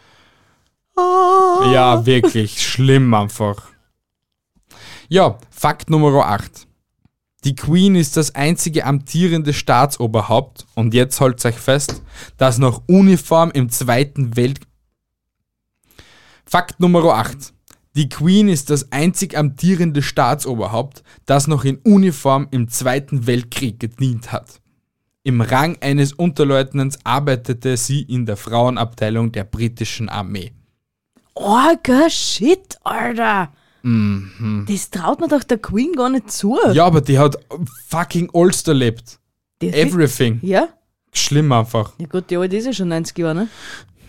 Speaker 2: Ah.
Speaker 1: [laughs] Ja, wirklich, schlimm einfach. Ja, Fakt Nummer 8. Die Queen ist das einzige amtierende Staatsoberhaupt und jetzt haltet euch fest, das nach Uniform im Zweiten Weltkrieg. Fakt Nummer 8. Die Queen ist das einzig amtierende Staatsoberhaupt, das noch in Uniform im Zweiten Weltkrieg gedient hat. Im Rang eines Unterleutnants arbeitete sie in der Frauenabteilung der britischen Armee.
Speaker 2: Orga Shit, Alter. Das traut man doch der Queen gar nicht zu.
Speaker 1: Mhm. Ja, aber die hat fucking alles erlebt.
Speaker 2: Das ist-
Speaker 1: Everything.
Speaker 2: Ja?
Speaker 1: Schlimm einfach.
Speaker 2: Ja gut, die alte ist ja schon 90 Jahre,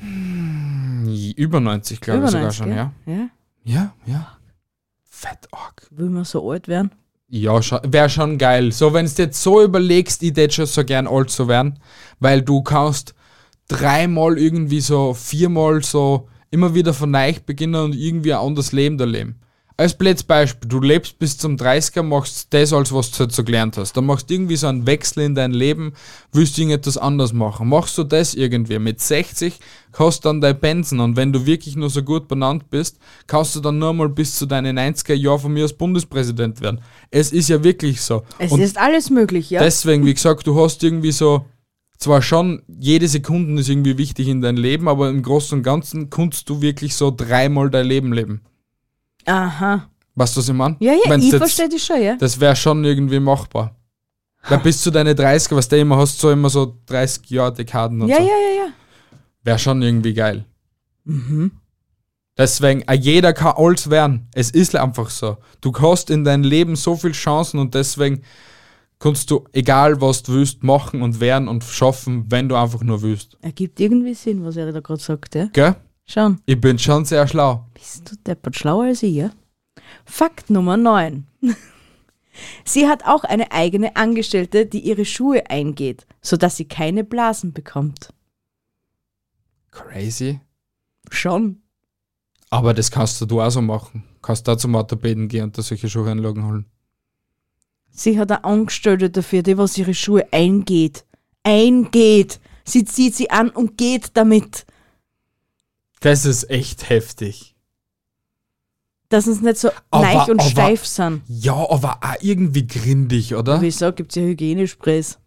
Speaker 2: ne?
Speaker 1: Über 90, glaube ich, sogar schon,
Speaker 2: gell?
Speaker 1: ja.
Speaker 2: ja.
Speaker 1: Ja, ja. Fett arg.
Speaker 2: Will man so alt werden?
Speaker 1: Ja, wäre schon geil. So, wenn du jetzt so überlegst, ich tät schon so gern alt zu werden, weil du kannst dreimal irgendwie so, viermal so immer wieder von neu beginnen und irgendwie ein anderes Leben da leben. Als blödes Beispiel, du lebst bis zum 30er, machst das, als was du halt so gelernt hast. Dann machst du irgendwie so einen Wechsel in dein Leben, willst irgendetwas anders machen. Machst du das irgendwie. Mit 60 hast du dann deine Pensen und wenn du wirklich nur so gut benannt bist, kannst du dann nur mal bis zu deinen 90er Jahren von mir als Bundespräsident werden. Es ist ja wirklich so.
Speaker 2: Es
Speaker 1: und
Speaker 2: ist alles möglich, ja.
Speaker 1: deswegen, wie gesagt, du hast irgendwie so, zwar schon, jede Sekunde ist irgendwie wichtig in deinem Leben, aber im Großen und Ganzen kannst du wirklich so dreimal dein Leben leben.
Speaker 2: Aha.
Speaker 1: Weißt du, was ich meine?
Speaker 2: Ja, ja,
Speaker 1: Wenn's
Speaker 2: ich
Speaker 1: jetzt-
Speaker 2: verstehe dich schon, ja.
Speaker 1: Das wäre schon irgendwie machbar. Weil bis zu deine 30er, was du immer hast, so immer so 30 Jahre Dekaden und
Speaker 2: Ja,
Speaker 1: so.
Speaker 2: ja, ja, ja.
Speaker 1: Wäre schon irgendwie geil. Mhm. Deswegen, auch jeder kann alles werden. Es ist einfach so. Du hast in deinem Leben so viele Chancen und deswegen kannst du, egal was du willst, machen und werden und schaffen, wenn du einfach nur willst.
Speaker 2: Ergibt irgendwie Sinn, was er da gerade sagt, ja.
Speaker 1: Gell?
Speaker 2: Schauen.
Speaker 1: Ich bin schon sehr schlau.
Speaker 2: Bist du deppert schlauer als ich, ja? Fakt Nummer 9. [laughs] sie hat auch eine eigene Angestellte, die ihre Schuhe eingeht, sodass sie keine Blasen bekommt.
Speaker 1: Crazy.
Speaker 2: Schon.
Speaker 1: Aber das kannst du auch so machen. Kannst da zum Orthopäden gehen und da solche Schuhanlagen holen.
Speaker 2: Sie hat eine Angestellte dafür, die was ihre Schuhe eingeht. Eingeht. Sie zieht sie an und geht damit.
Speaker 1: Das ist echt heftig.
Speaker 2: Dass uns nicht so
Speaker 1: Aber-
Speaker 2: leicht und
Speaker 1: aber-
Speaker 2: steif sind.
Speaker 1: Ja, aber auch irgendwie grindig, oder?
Speaker 2: Wieso gibt es ja Hygienesprays?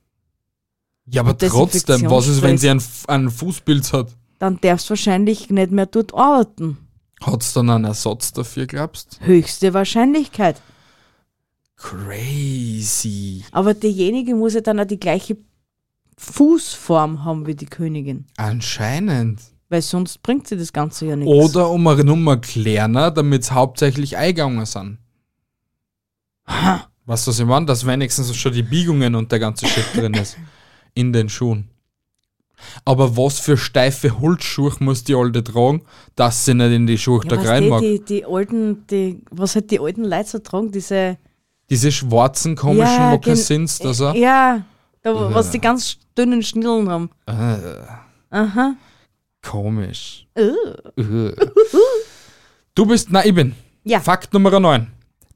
Speaker 1: Ja, aber trotzdem, was ist, wenn sie einen, F- einen Fußpilz hat?
Speaker 2: Dann darfst du wahrscheinlich nicht mehr dort arbeiten.
Speaker 1: Hat es dann einen Ersatz dafür, glaubst
Speaker 2: Höchste Wahrscheinlichkeit.
Speaker 1: Crazy.
Speaker 2: Aber derjenige muss ja dann auch die gleiche Fußform haben wie die Königin.
Speaker 1: Anscheinend.
Speaker 2: Weil sonst bringt sie das Ganze ja nichts.
Speaker 1: Oder um eine Nummer kleiner, damit es hauptsächlich Eingangen sind. Weißt du, was ich meine? Dass wenigstens schon die Biegungen und der ganze Shit drin ist. In den Schuhen. Aber was für steife Holzschuhe muss die Alte tragen, dass sie nicht in die Schuhe
Speaker 2: ja,
Speaker 1: da
Speaker 2: was
Speaker 1: rein mag.
Speaker 2: die, die alten, die, was halt die alten Leute so tragen, diese.
Speaker 1: Diese schwarzen, komischen
Speaker 2: Ja, gen- äh,
Speaker 1: Mokassins, dass er.
Speaker 2: Ja, da, wo- was die ganz dünnen Schnillen haben.
Speaker 1: Äh.
Speaker 2: Aha.
Speaker 1: Komisch.
Speaker 2: Äh.
Speaker 1: Äh. Du bist naiven.
Speaker 2: Ja.
Speaker 1: Fakt Nummer 9.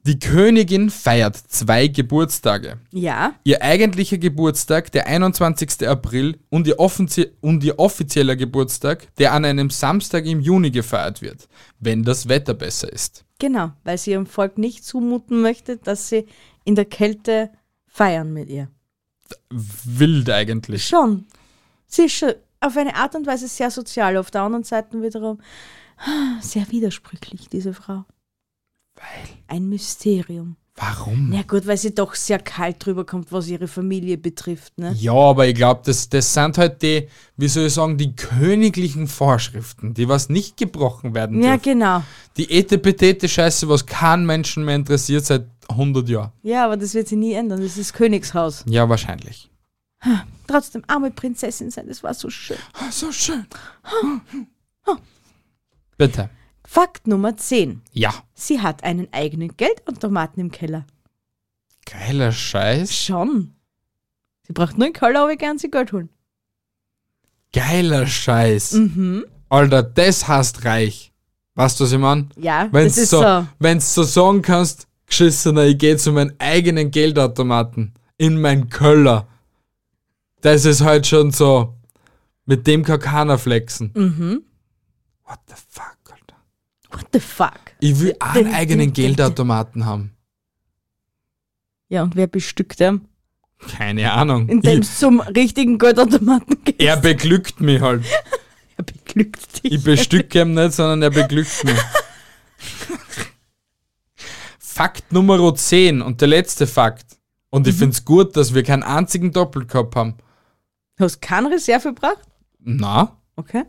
Speaker 1: Die Königin feiert zwei Geburtstage.
Speaker 2: Ja,
Speaker 1: Ihr eigentlicher Geburtstag, der 21. April, und ihr, offizie und ihr offizieller Geburtstag, der an einem Samstag im Juni gefeiert wird, wenn das Wetter besser ist.
Speaker 2: genau. Weil sie ihrem Volk nicht zumuten möchte, dass sie in der Kälte feiern mit ihr.
Speaker 1: Wild eigentlich.
Speaker 2: Schon. Sie ist schon auf eine Art und Weise sehr sozial, auf der anderen Seite wiederum ah, sehr widersprüchlich, diese Frau.
Speaker 1: Weil,
Speaker 2: Ein Mysterium.
Speaker 1: warum?
Speaker 2: Na gut, weil sie doch sehr kalt drüber kommt, was ihre Familie betrifft, ne?
Speaker 1: Ja, aber ich glaube, das, das sind halt die, wie soll ich sagen, die königlichen Vorschriften, die was nicht gebrochen werden
Speaker 2: Ja,
Speaker 1: dürfen.
Speaker 2: genau.
Speaker 1: Die etepetete Scheiße, was keinen Menschen mehr interessiert seit 100 Jahren.
Speaker 2: Ja, aber das wird sie nie ändern. Das ist Königshaus.
Speaker 1: Ja, wahrscheinlich.
Speaker 2: Trotzdem arme Prinzessin sein, das war so schön.
Speaker 1: Ah, so schön. Bitte.
Speaker 2: Fakt Nummer 10.
Speaker 1: Ja.
Speaker 2: Sie hat einen eigenen Geldautomaten im Keller.
Speaker 1: Geiler Scheiß.
Speaker 2: Schon. Sie braucht nur einen Keller, aber gern sie Geld holen.
Speaker 1: Geiler Scheiß. Alter, das hast reich. Weißt du, was ich mein?
Speaker 2: Ja,
Speaker 1: Wenn's
Speaker 2: das ist
Speaker 1: so,
Speaker 2: so.
Speaker 1: Wenn's so sagen kannst, geschissener, ich gehe zu meinem eigenen Geldautomaten in mein Köller. Das ist halt schon so, mit dem kann keiner flexen. What the fuck, Alter.
Speaker 2: What the fuck?
Speaker 1: Ich will einen eigenen Geldautomaten haben.
Speaker 2: Ja, und wer bestückt er?
Speaker 1: Keine Ahnung.
Speaker 2: Indem
Speaker 1: Ich,
Speaker 2: es zum richtigen Geldautomaten geht.
Speaker 1: er beglückt mich halt.
Speaker 2: Er beglückt dich.
Speaker 1: Ich bestücke ihn nicht, sondern er beglückt mich. Fakt Nummer 10 und der letzte Fakt. Und ich find's gut, dass wir keinen einzigen Doppelkopf haben.
Speaker 2: Du hast keine Reserve gebracht?
Speaker 1: Na?
Speaker 2: Okay.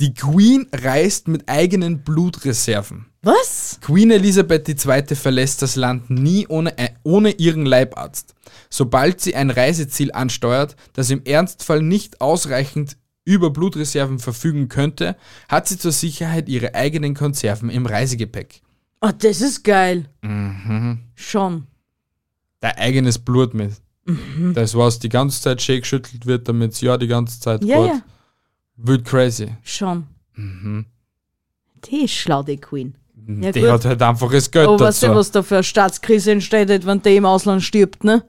Speaker 1: Die Queen reist mit eigenen Blutreserven.
Speaker 2: Was?
Speaker 1: Queen Elisabeth II. verlässt das Land nie ohne, äh, ohne ihren Leibarzt. Sobald sie ein Reiseziel ansteuert, das im Ernstfall nicht ausreichend über Blutreserven verfügen könnte, hat sie zur Sicherheit ihre eigenen Konserven im Reisegepäck.
Speaker 2: Oh, das ist geil.
Speaker 1: Mhm.
Speaker 2: Schon.
Speaker 1: Dein eigenes Blut mit.
Speaker 2: Mhm.
Speaker 1: Das, was die ganze Zeit schön geschüttelt wird, damit es ja die ganze Zeit
Speaker 2: Ja,
Speaker 1: geht.
Speaker 2: ja,
Speaker 1: Wird crazy.
Speaker 2: schon. Die ist schlau, die Queen. Ja,
Speaker 1: Mhm. die
Speaker 2: gut.
Speaker 1: hat halt einfach das Geld
Speaker 2: Aber weißt du,
Speaker 1: dazu.
Speaker 2: was da für eine Staatskrise entsteht, wenn der im Ausland stirbt, ne?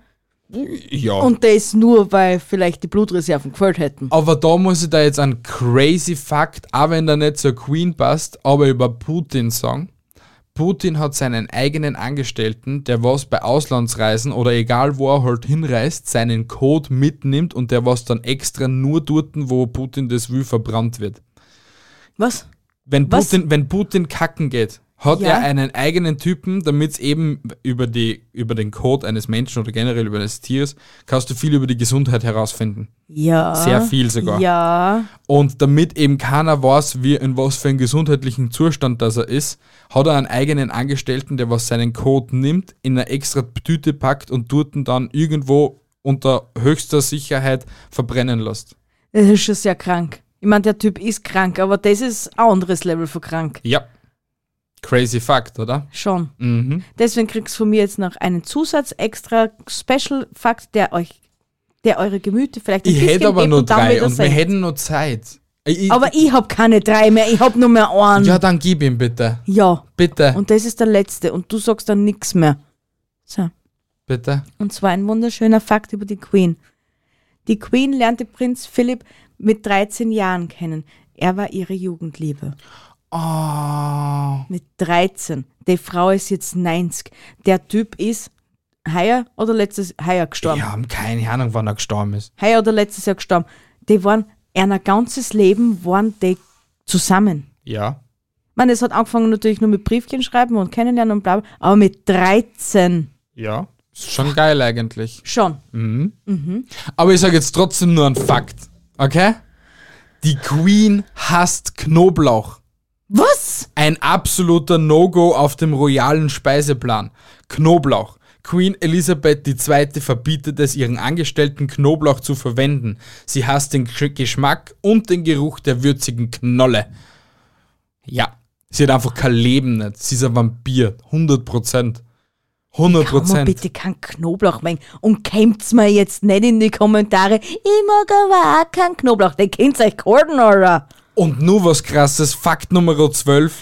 Speaker 1: Ja.
Speaker 2: Und das nur, weil vielleicht die Blutreserven gefällt hätten.
Speaker 1: Aber da muss ich da jetzt einen crazy Fakt, auch wenn der nicht zur Queen passt, aber über Putin sagen. Putin hat seinen eigenen Angestellten, der was bei Auslandsreisen oder egal wo er halt hinreist, seinen Code mitnimmt und der was dann extra nur dort, wo Putin das will, verbrannt wird.
Speaker 2: Was?
Speaker 1: Wenn
Speaker 2: Was?
Speaker 1: Putin, wenn Putin kacken geht, hat
Speaker 2: Ja.
Speaker 1: er einen eigenen Typen, damit es eben über, die, über den Code eines Menschen oder generell über des Tieres, kannst du viel über die Gesundheit herausfinden.
Speaker 2: Ja.
Speaker 1: Sehr viel sogar.
Speaker 2: Ah, Ja.
Speaker 1: Und damit eben keiner weiß, wie in was für einen gesundheitlichen Zustand das er ist, hat er einen eigenen Angestellten, der was seinen Code nimmt, in eine extra Tüte packt und dort ihn dann irgendwo unter höchster Sicherheit verbrennen lässt.
Speaker 2: Das ist schon sehr krank. Ich meine, der Typ ist krank, aber das ist ein anderes Level von krank.
Speaker 1: Ja. Crazy Fact, oder?
Speaker 2: Schon.
Speaker 1: Mhm.
Speaker 2: Deswegen kriegst du von mir jetzt noch einen Zusatz extra Special Fakt, der euch, der eure Gemüte vielleicht ein
Speaker 1: Ich
Speaker 2: bisschen
Speaker 1: hätte aber
Speaker 2: hebt
Speaker 1: nur
Speaker 2: und dann
Speaker 1: drei
Speaker 2: wieder
Speaker 1: und wir
Speaker 2: senkt.
Speaker 1: hätten nur Zeit. Ich, ich-
Speaker 2: Aber ich hab keine drei mehr, ich hab nur mehr einen.
Speaker 1: ja, dann gib ihm bitte.
Speaker 2: ja.
Speaker 1: Bitte.
Speaker 2: Und das ist der letzte und du sagst dann nichts mehr. So.
Speaker 1: bitte.
Speaker 2: Und zwar ein wunderschöner Fakt über die Queen. Die Queen lernte Prinz Philipp mit 13 Jahren kennen. Er war ihre Jugendliebe.
Speaker 1: Oh.
Speaker 2: Mit 13. Die Frau ist jetzt 90. Der Typ ist heuer oder letztes heuer gestorben.
Speaker 1: Wir haben keine Ahnung, wann er gestorben ist.
Speaker 2: Heuer oder letztes Jahr gestorben. Die waren ein ganzes Leben waren die zusammen.
Speaker 1: Ja.
Speaker 2: Ich meine, es hat angefangen natürlich nur mit Briefchen schreiben und kennenlernen und bla, bla aber mit 13
Speaker 1: Ja. Ist schon geil eigentlich.
Speaker 2: schon.
Speaker 1: Aber ich sage jetzt trotzdem nur einen Fakt, okay? Die Queen hasst Knoblauch.
Speaker 2: Was?
Speaker 1: Ein absoluter No-Go auf dem royalen Speiseplan. Knoblauch. Queen Elisabeth II. verbietet es ihren Angestellten, Knoblauch zu verwenden. Sie hasst den Gesch- Geschmack und den Geruch der würzigen Knolle. Ja, sie hat einfach kein Leben nicht. Sie ist ein Vampir. 100 Prozent. 100
Speaker 2: Kann man
Speaker 1: Prozent.
Speaker 2: bitte keinen Knoblauch mengen und kämmt's mir jetzt nicht in die Kommentare. Ich mag aber auch keinen Knoblauch, den kennt's euch Gordon, oder?
Speaker 1: Und nur was krasses, Fakt Nummer 12.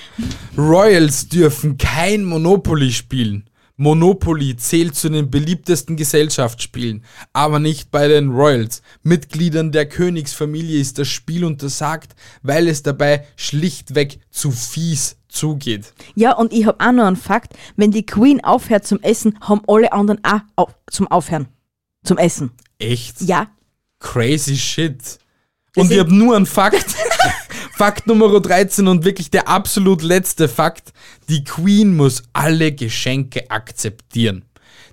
Speaker 1: Royals dürfen kein Monopoly spielen. Monopoly zählt zu den beliebtesten Gesellschaftsspielen, aber nicht bei den Royals. Mitgliedern der Königsfamilie ist das Spiel untersagt, weil es dabei schlichtweg zu fies zugeht.
Speaker 2: Ja, und ich hab auch noch einen Fakt. Wenn die Queen aufhört zum Essen, haben alle anderen auch auf, zum Aufhören. Zum Essen.
Speaker 1: Echt?
Speaker 2: Ja.
Speaker 1: Crazy shit.
Speaker 2: Das
Speaker 1: Und ich
Speaker 2: ist-
Speaker 1: habe nur einen Fakt. [laughs] Fakt Nummer 13 und wirklich der absolut letzte Fakt. Die Queen muss alle Geschenke akzeptieren.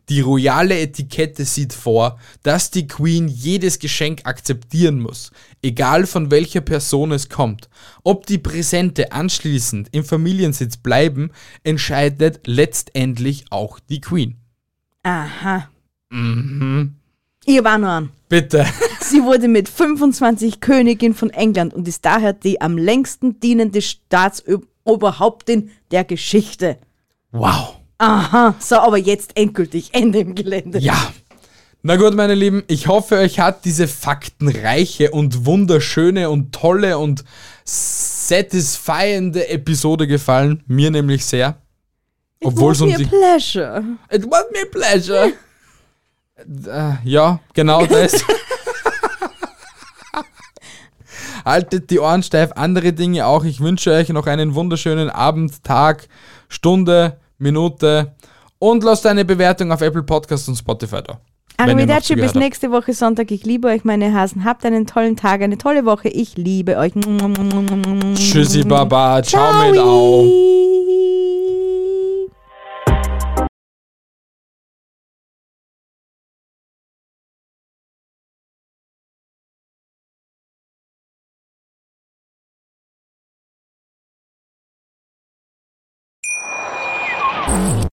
Speaker 1: Die royale Etikette sieht vor, dass die Queen jedes Geschenk akzeptieren muss, egal von welcher Person es kommt. Ob die Präsente anschließend im Familiensitz bleiben, entscheidet letztendlich auch die Queen.
Speaker 2: Aha. Mhm. Ich hab auch noch einen.
Speaker 1: Bitte.
Speaker 2: Sie wurde mit 25 Königin von England und ist daher die am längsten dienende Staatsoberhauptin der Geschichte.
Speaker 1: Wow.
Speaker 2: Aha, so, aber jetzt endgültig Ende im Gelände.
Speaker 1: Ja. Na gut, meine Lieben, ich hoffe, euch hat diese faktenreiche und wunderschöne und tolle und satisfyende Episode gefallen. Mir nämlich sehr. Obwohl es
Speaker 2: It
Speaker 1: um
Speaker 2: was
Speaker 1: die.
Speaker 2: mir pleasure.
Speaker 1: It was my pleasure. [laughs] äh, ja, genau [laughs] das. Haltet die Ohren steif, andere Dinge auch. Ich wünsche euch noch einen wunderschönen Abend, Tag, Stunde, Minute und lasst eine Bewertung auf Apple Podcasts und Spotify da. wenn ihr noch
Speaker 2: Arrivederci,
Speaker 1: zugehört
Speaker 2: bis
Speaker 1: habt.
Speaker 2: nächste Woche Sonntag. Ich liebe euch, meine Hasen. Habt einen tollen Tag, eine tolle Woche. Ich liebe euch.
Speaker 1: Tschüssi, Baba, ciao, ciao mit au.
Speaker 2: Ciao.